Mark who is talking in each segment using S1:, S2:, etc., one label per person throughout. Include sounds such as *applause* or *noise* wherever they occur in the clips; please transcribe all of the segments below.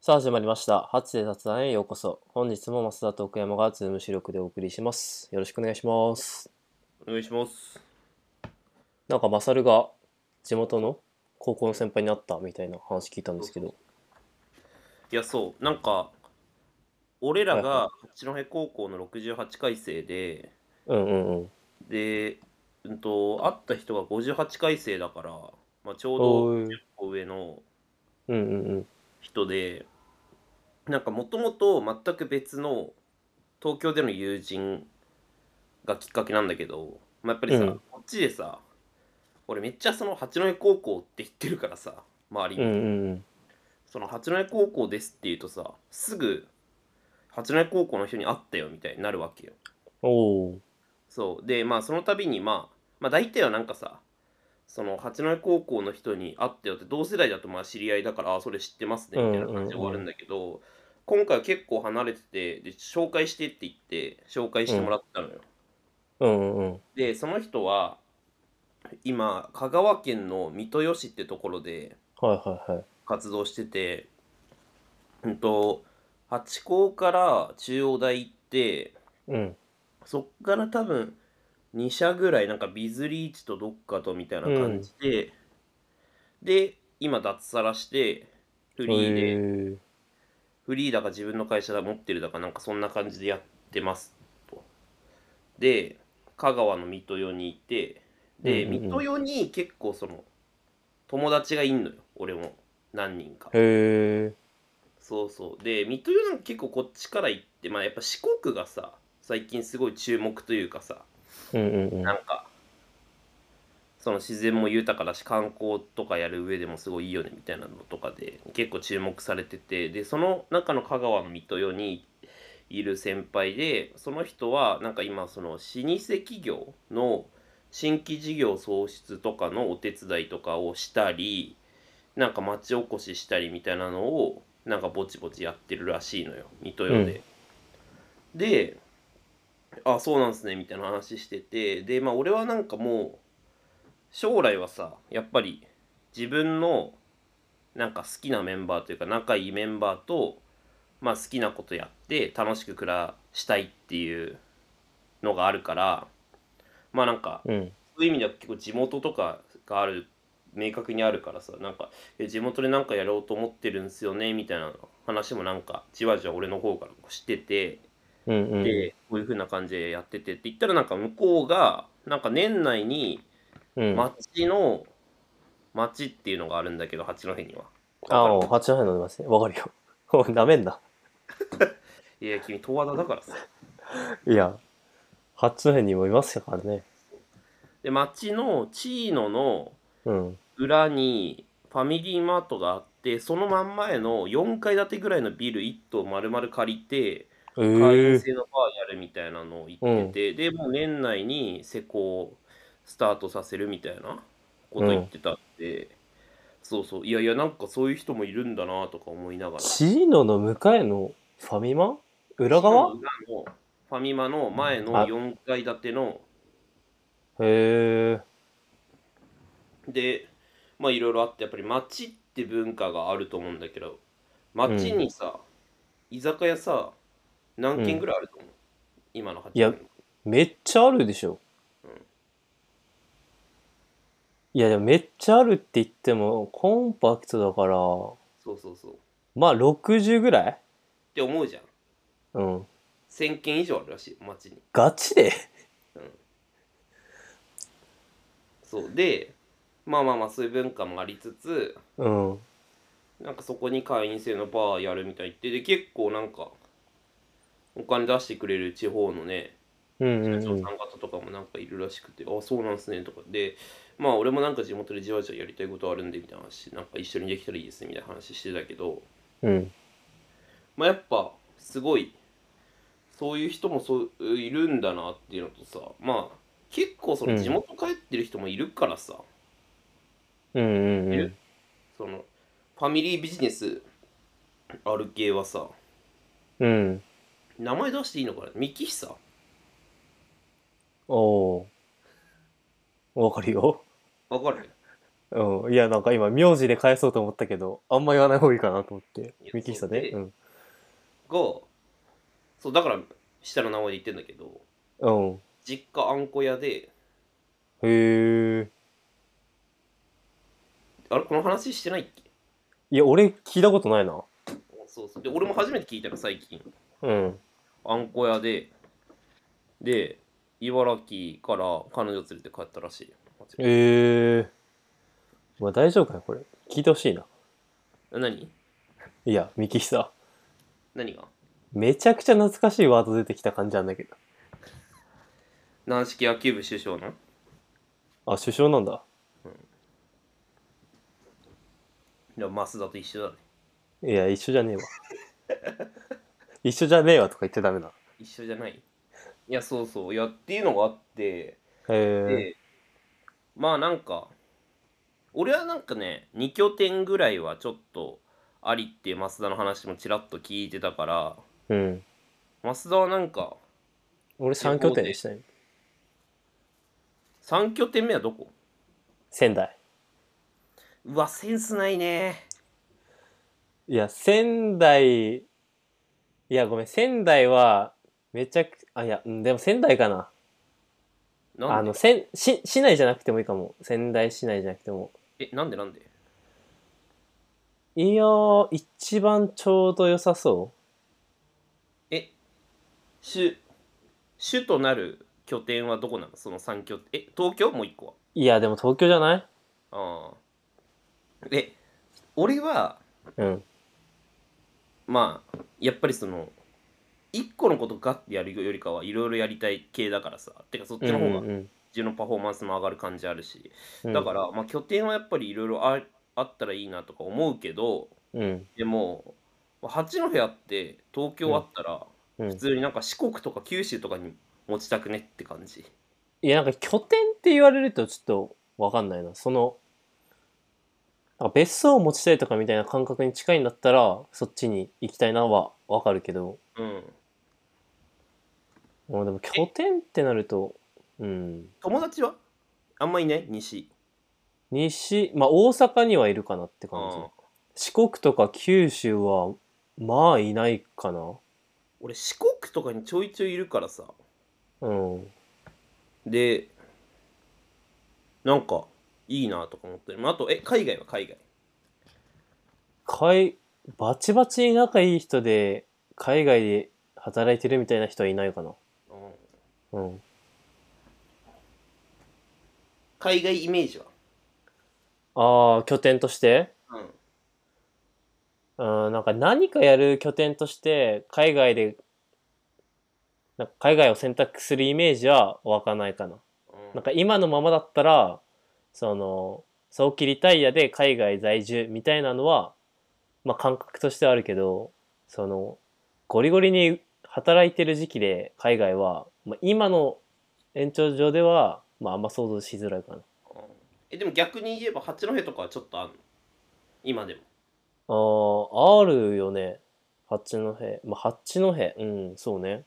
S1: さあ始まりました。初で雑談へようこそ。本日も増田と奥山がズーム収録でお送りします。よろしくお願いします。
S2: お願いします
S1: なんかマサルが地元の高校の先輩になったみたいな話聞いたんですけど。
S2: いやそうなんか俺ら
S1: はい
S2: が八戸高校の68回生で
S1: うんうんうん。
S2: でうんと会った人が58回生だから、まあ、ちょう
S1: お
S2: ど
S1: ー
S2: 10個上の
S1: うんうん
S2: 人でなんかもともと全く別の東京での友人がきっかけなんだけど、まあ、やっぱりさ、
S1: うん
S2: こっちでさ俺めっちゃその八戸高校って言ってるからさ周り
S1: うん。う
S2: に。
S1: んうんうん。
S2: その八戸高校ですって言うとさすぐ八戸高校の人に会ったよみたいになるわけよ
S1: おお。
S2: そうでまあその度にまあまあ大体はなんかさその八戸高校の人に会ったよって同世代だとまあ知り合いだからあそれ知ってますねみたいな感じで終わるんだけど、今回は結構離れててで紹介してって言って紹介してもらったのよ、
S1: うんうんうん。
S2: でその人は今香川県の三豊市ってところで
S1: はいはいはい。
S2: 活動してて、うんと、八高から中央大行って、
S1: うん。
S2: そっから多分2社ぐらい、なんかビズリーチとどっかとみたいな感じで、で、今脱サラして、フ
S1: フ
S2: リーで、
S1: ーで。
S2: フリーだか自分の会社だ持ってるだかなんかそんな感じでやってますと。で、香川の三豊にいて、で、
S1: うんうんうん
S2: 三豊に結構その、友達がいんのよ、俺も。何人か。
S1: へえ。
S2: そうそうで水戸なんか結構こっちから行ってまあやっぱ四国がさ最近すごい注目というかさ
S1: うんうんうん。
S2: なんかその自然も豊かだし観光とかやる上でもすごいいいよねみたいなのとかで結構注目されててでその中の香川の水戸にいる先輩でその人はなんか今その老舗企業の新規事業創出とかのお手伝いとかをしたりなんか町おこししたりみたいなのをなんかぼちぼちやってるらしいのよ水戸で。であそうなんすねみたいな話しててでまあ俺はなんかもう将来はさやっぱり自分のなんか好きなメンバーというか仲いいメンバーと、まあ、好きなことやって楽しく暮らしたいっていうのがあるからまあなんか
S1: うん。
S2: そういう意味では結構地元とかがある明確にあるからさなんかえ地元でなんかやろうと思ってるんすよねみたいな話もなんかじわじわ俺の方からこうしてて。
S1: うんうん。
S2: でこういう風な感じでやっててって言ったらなんか向こうがなんか年内に
S1: うん。あ
S2: 町の町っていうのがあるんだけど八戸には
S1: あ、もう八の辺飲んでますね。わかるよ。 *laughs* おい、なめんな。
S2: いや君十和田だからさ
S1: いや、八戸にもいますからね。
S2: で町のチーノの
S1: うん。
S2: 裏にファミリーマートがあってその真ん前の4階建てぐらいのビル1棟丸々借りて
S1: ええ
S2: 会員制のバーやるみたいなのを言ってて、でもう年内に施工スタートさせるみたいなこと言ってたって、そうそういやいやなんかそういう人もいるんだなとか思いながら
S1: チーノの向かいのファミマ裏側
S2: 裏のファミマの前の
S1: あ
S2: 4階建ての
S1: へえ。
S2: でまあいろいろあってやっぱり町って文化があると思うんだけど町にさ、居酒屋さ何軒ぐらいあると思う、今の八
S1: いや
S2: 戸の
S1: めっちゃあるでしょ
S2: うん。
S1: いや、でもめっちゃあるって言っても、コンパクトだから、
S2: そうそうそうっ
S1: まあ60ぐらい
S2: て思うじゃん
S1: うん。
S2: 1000軒以上あるらしい町に
S1: ガチで
S2: そうでまあまあまあそういう文化もありつつ
S1: うん。
S2: なんかそこに会員制のバーやるみたいってで結構なんかお金出してくれる地方のね
S1: うんう
S2: 社
S1: ん
S2: 長
S1: うん
S2: さ。ん方とかもなんかいるらしくて、あそうなんすねとかでまあ俺もなんか地元でじわじわやりたいことあるんでみたいな話なんか一緒にできたらいいですねみたいな話してたけど
S1: うん。
S2: まあやっぱすごいそういう人もそういるんだなっていうのとさまあ結構その地元帰ってる人もいるからさ、
S1: うんうんうん。
S2: そのファミリービジネスある系はさ
S1: うん。
S2: 名前出していいのかな三木久
S1: おお。わかるよ。
S2: わかる
S1: うん、いやなんか今名字で返そうと思ったけどあんま言わない方がいいかなと思って
S2: いや
S1: 幹久ね
S2: そううんがそうだから下の名前で言ってんだけど
S1: うん
S2: 実家あんこ屋で
S1: へえ
S2: あれこの話してないっけ
S1: いや俺聞いたことないな
S2: そうそうで俺も初めて聞いたの最近
S1: うん
S2: あんこ屋でで茨城から彼女連れて帰ったらしい
S1: へえまあ大丈夫かなこれ聞いてほしいな
S2: 何
S1: いや幹久
S2: 何が
S1: めちゃくちゃ懐かしいワード出てきた感じなんだけど
S2: 軟式野球部首相の
S1: あ首相なんだ
S2: いや増田と一緒だね
S1: いや一緒じゃね
S2: *laughs*
S1: えわ一緒じゃねえわとか言っちゃダメな
S2: 一緒じゃないいやそうそういやっていうのがあって
S1: へえ
S2: でまあなんか俺はなんかね2拠点ぐらいはちょっとありっていう増田の話もちらっと聞いてたから
S1: うん
S2: 増田はなんか
S1: 俺三拠点でしたね
S2: 3拠点目はどこ
S1: 仙台
S2: うわセンスないね
S1: いや仙台いやごめん仙台はめちゃくあいやうんでも仙台かな
S2: な
S1: あ
S2: んで
S1: の仙市市内じゃなくてもいいかも仙台市内じゃなくても
S2: えなんでなんで
S1: いやー一番ちょうど良さそ
S2: え主主となる拠点はどこなのその3拠え東京もう1個は
S1: ういやでも東京じゃない
S2: ああえ俺は
S1: うん
S2: まあやっぱりその1個のことガッてやるよりかはいろいろやりたい系だからさてかそっちの方が
S1: うんうん
S2: 自分のパフォーマンスも上がる感じあるし、
S1: うん
S2: だから、まあ、拠点はやっぱりいろいろああったらいいなとか思うけど
S1: うん
S2: でもまあ八戸あって東京あったら、
S1: うん
S2: 普通になんか四国とか九州とかに持ちたくねって感じ
S1: いやなんか拠点って言われるとちょっとわかんないなそのなんか別荘を持ちたいとかみたいな感覚に近いんだったらそっちに行きたいなはわかるけど
S2: うん
S1: もうでも拠点ってなるとうん
S2: 友達はあんまいない西
S1: 西まあ大阪にはいるかなって感じ
S2: うん
S1: 四国とか九州はまあいないかな
S2: 俺四国とかにちょいちょいいるからさ
S1: うん
S2: でなんかいいなとか思ってる、まあ、あとえ海外は海外
S1: かいバチバチに仲いい人で海外で働いてるみたいな人はいないかな
S2: うん
S1: うん
S2: 海外イメージは
S1: ああ拠点として
S2: うん
S1: うんなんか何かやる拠点として海外でなんか海外を選択するイメージは湧かないかななんか今のままだったらその早期リタイアで海外在住みたいなのは、まあ、感覚としてはあるけどそのゴリゴリに働いてる時期で海外は、まあ、今の延長上では、まあ、あんま想像しづらいかな。
S2: うんえでも逆に言えば八戸とかはちょっとあんの今でも
S1: あーあるよね八戸まあ八戸うんそうね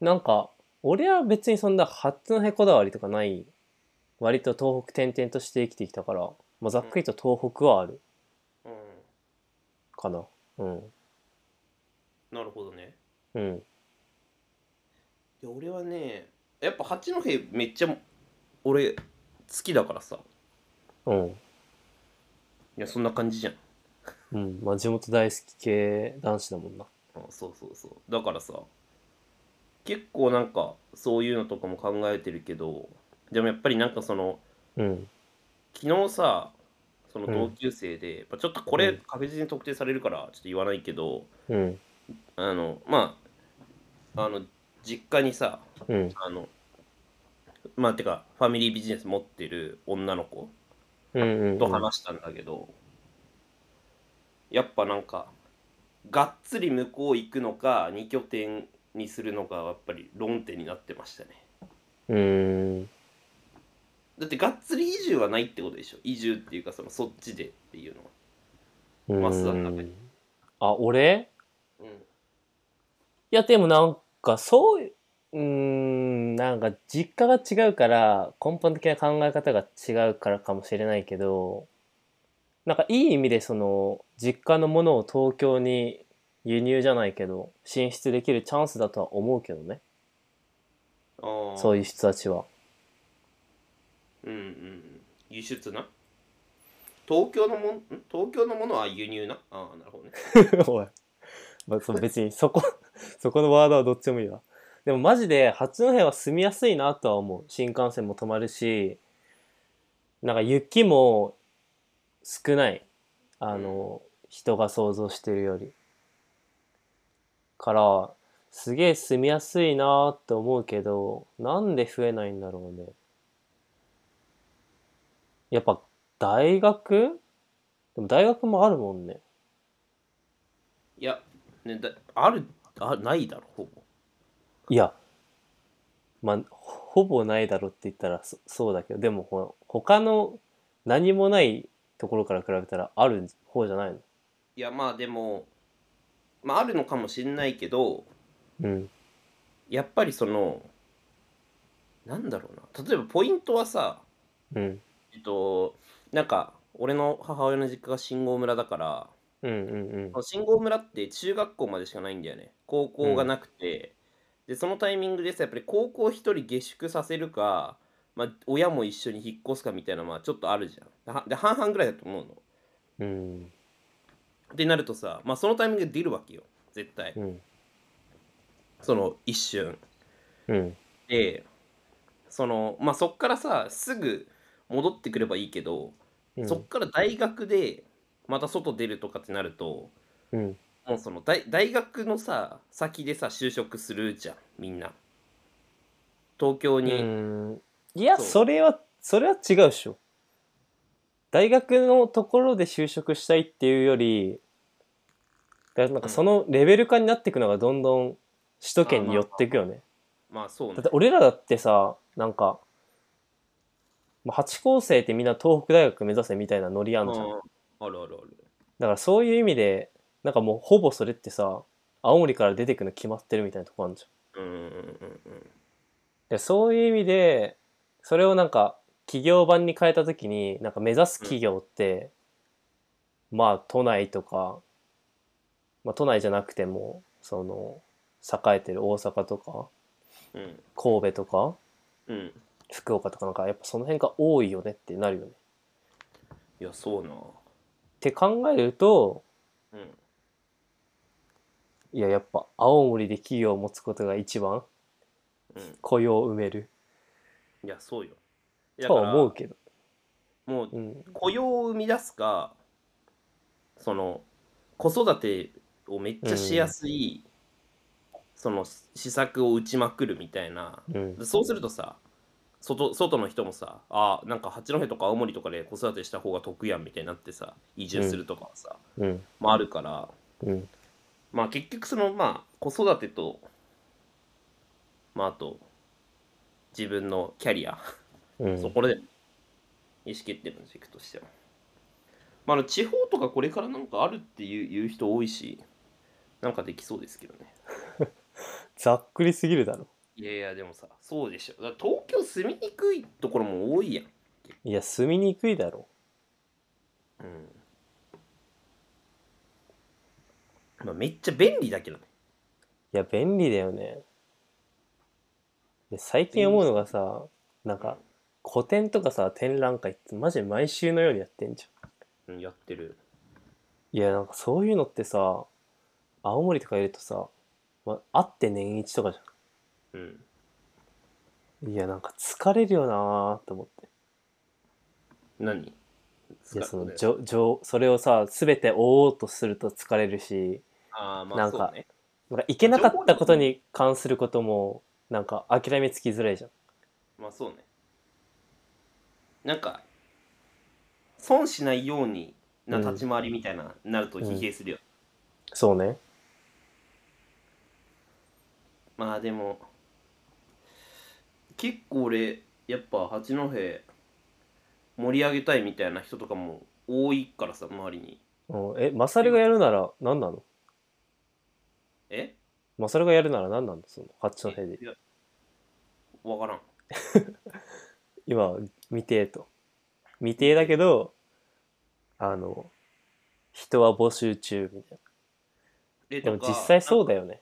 S1: なんか俺は別にそんな八戸こだわりとかない割と東北転々として生きてきたから、まあ、ざっくりと東北はある
S2: うん
S1: かなうん
S2: なるほどね
S1: うん
S2: いや俺はねやっぱ八戸めっちゃ俺好きだからさ
S1: うん
S2: いやそんな感じじゃん
S1: うんまあ地元大好き系男子だもんな
S2: あそうそうそうだからさ結構なんかそういうのとかも考えてるけどでもやっぱりなんかその
S1: うん
S2: 昨日さその
S1: うん
S2: 同級生で、まあちょっとこ
S1: う
S2: れ
S1: ん
S2: 確実に特定されるからちょっと言わないけど、
S1: うん
S2: あのまああの実家にさ
S1: うん
S2: あのまあてかファミリービジネス持ってる女の子
S1: うんうん
S2: と話したんだけど、やっぱなんかがっつり向こう行くのか2拠点にするのかはやっぱり論点になってましたね
S1: うん
S2: だってがっつり移住はないってことでしょ移住っていうかそのそっちでっていうのは
S1: うん
S2: マスだったね
S1: あ俺
S2: うん
S1: いやでもなんかそううーんなんか実家が違うから根本的な考え方が違うからかもしれないけどなんかいい意味でその実家のものを東京に輸入じゃないけど進出できるチャンスだとは思うけどね
S2: ああ
S1: そういうう人たちは
S2: うんうんうん輸出な東京のもんん東京のものは輸入なああなるほど
S1: *laughs*
S2: ね
S1: おい、まあ、そう別にそこそこのワードはどっちでもいいわでもマジで八戸は住みやすいなとは思う新幹線も止まるしなんか雪も少ないあの、人が想像してるよりからすげえ住みやすいなって思うけどなんで増えないんだろうねやっぱ大学でも大学もあるもんね
S2: いやねだあるあないだろほぼ
S1: いや、まあ、ほぼないだろって言ったらそそうだけど、でもほ他の何もないところから比べたらある方じゃないの
S2: いやまあでもまああるのかもしんないけど
S1: うん。
S2: やっぱりそのなんだろうな例えばポイントはさ
S1: うん。
S2: えっとなんか俺の母親の実家が信号村だから
S1: うんうん
S2: その信号村って中学校までしかないんだよね高校がなくて、でそのタイミングでさやっぱり高校一人下宿させるか、まあ、親も一緒に引っ越すかみたいなまあちょっとあるじゃんはで半々ぐらいだと思うの
S1: うん。うん。
S2: ってなるとさ、まあ、そのタイミングで出るわけよ絶対
S1: うん。
S2: その一瞬
S1: うん。
S2: でそのまあそっからさすぐ戻ってくればいいけど、
S1: うん。
S2: そっから大学でまた外出るとかってなると
S1: うん。
S2: もうその大大学のさ先でさ就職するじゃんみんな東京
S1: う
S2: に、
S1: ん。いや、
S2: そう
S1: それは、それは違うでしょ。大学のところで就職したいっていうより、だなんかそのレベル化になっていくのがどんどん首都圏に寄っていくよね。
S2: まあそう
S1: だ
S2: ね
S1: って俺らだってさなんか8校生ってみんな東北大学目指せみたいなノリあ
S2: あ
S1: んじゃんだ
S2: あるあるある
S1: からそういう意味でなんかもうほぼそれってさ青森から出てくの決まってるみたいなとこあるじゃん
S2: うんうんうんうん
S1: でそういう意味でそれをなんか企業版に変えた時になんか目指す企業って、まあ都内とか、まあ、都内じゃなくてもその栄えてる大阪とか
S2: うん
S1: 神戸とか
S2: うん
S1: 福岡とかなんかやっぱその辺が多いよねってなるよね
S2: いやそうな
S1: って考えると
S2: うん
S1: いややっぱ青森で企業を持つことが一番
S2: うん
S1: 雇用を埋める
S2: いやそうよだ
S1: と
S2: か
S1: は
S2: ら
S1: 思うけど、
S2: もう
S1: うん、
S2: 雇用を生み出すかその子育てをめっちゃしやすい、その施策を打ちまくるみたいな
S1: うん
S2: でそうするとさ外外の人もさあなんか八戸とか青森とかで子育てした方が得やんみたいになってさ移住するとかはさ、
S1: うん
S2: まああるから
S1: うん
S2: まあ結局そのまあ子育てとまああと自分のキャリア
S1: うん
S2: そこで意思決定の軸としては。まあ、あの地方とかこれからなんかあるっていう言う人多いし、なんかできそうですけどね。
S1: ざっくりすぎるだろ
S2: いやいや、でもさ、そうでしょ。だから東京住みにくいところも多いやん。
S1: いや住みにくいだろ
S2: うん。まあ、めっちゃ便利だけどね。
S1: いや便利だよねで最近思うのがさなんか古典とかさ展覧会ってマジで毎週のようにやってんじ
S2: うん、やってる。
S1: ゃんいやなんかそういうのってさ青森とかいるとさ、まあって年一とかじ
S2: うん。
S1: ゃんいやなんか疲れるよなーって思って
S2: 何
S1: いやそのじ
S2: ょ
S1: ょじょそれをさ全て追おうとすると疲れるし
S2: あーまあ、
S1: なんか
S2: そうね。
S1: なんかいけなかったことに関することもなんか諦めつきづらいじゃん
S2: まあそうね。なんか、損しないようにな
S1: うん
S2: 立ち回りみたいな、なると疲弊するよ。
S1: そうね
S2: まあでも、結構俺、やっぱ八戸盛り上げたいみたいな人とかも多いからさ、周りに。
S1: うんえマサルがやるなら何なの
S2: え
S1: マサルがやるなら何なのその八戸で
S2: いやわからん
S1: 今未定と未定だけどあの人は募集中みたい
S2: え
S1: なで
S2: と
S1: も
S2: か
S1: 実際そうだよね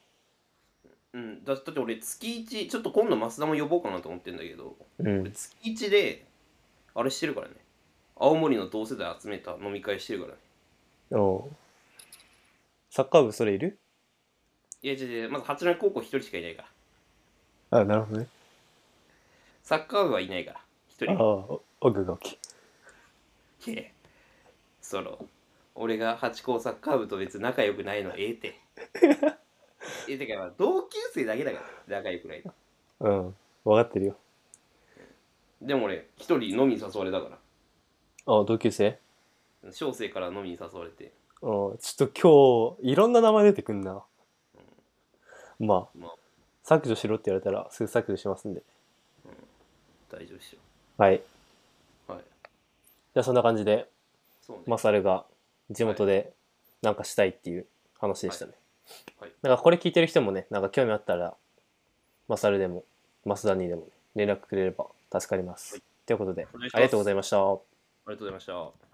S2: うん、だだって俺月1ちょっと今度増田も呼ぼうかなと思ってんだけど
S1: うん
S2: 月1であれしてるからね青森の同世代集めた飲み会してるからね
S1: おうサッカー部それいる
S2: いや違う違うまず八戸高校1人しかいないから
S1: あなるほどね
S2: サッカー部はいないから
S1: あ
S2: 1
S1: あオッケーオッケー
S2: 人いやその俺が八高サッカー部と別に仲良くないのええってえてかまあ同級生だけだから仲良くないの
S1: うん分かってるよ
S2: でも俺1人飲みに誘われたから
S1: あ同級生
S2: 小生から飲みに誘われて
S1: うんちょっと今日いろんな名前出てくんなまあ
S2: まあ
S1: 削除しろって言われたらすぐ削除しますんで
S2: 大丈夫っし
S1: はいじ
S2: ょはい
S1: ゃあそんな感じで
S2: そうね、
S1: マサルが地元でなんかしたいっていう話でしたね、
S2: はいはい
S1: なんかこれ聞いてる人もねなんか興味あったらマサルでもマスダにでも、ね、連絡くれれば助かります、
S2: はい
S1: ということで
S2: お願いしま
S1: あ
S2: す
S1: りがとうございました
S2: ありがとうございました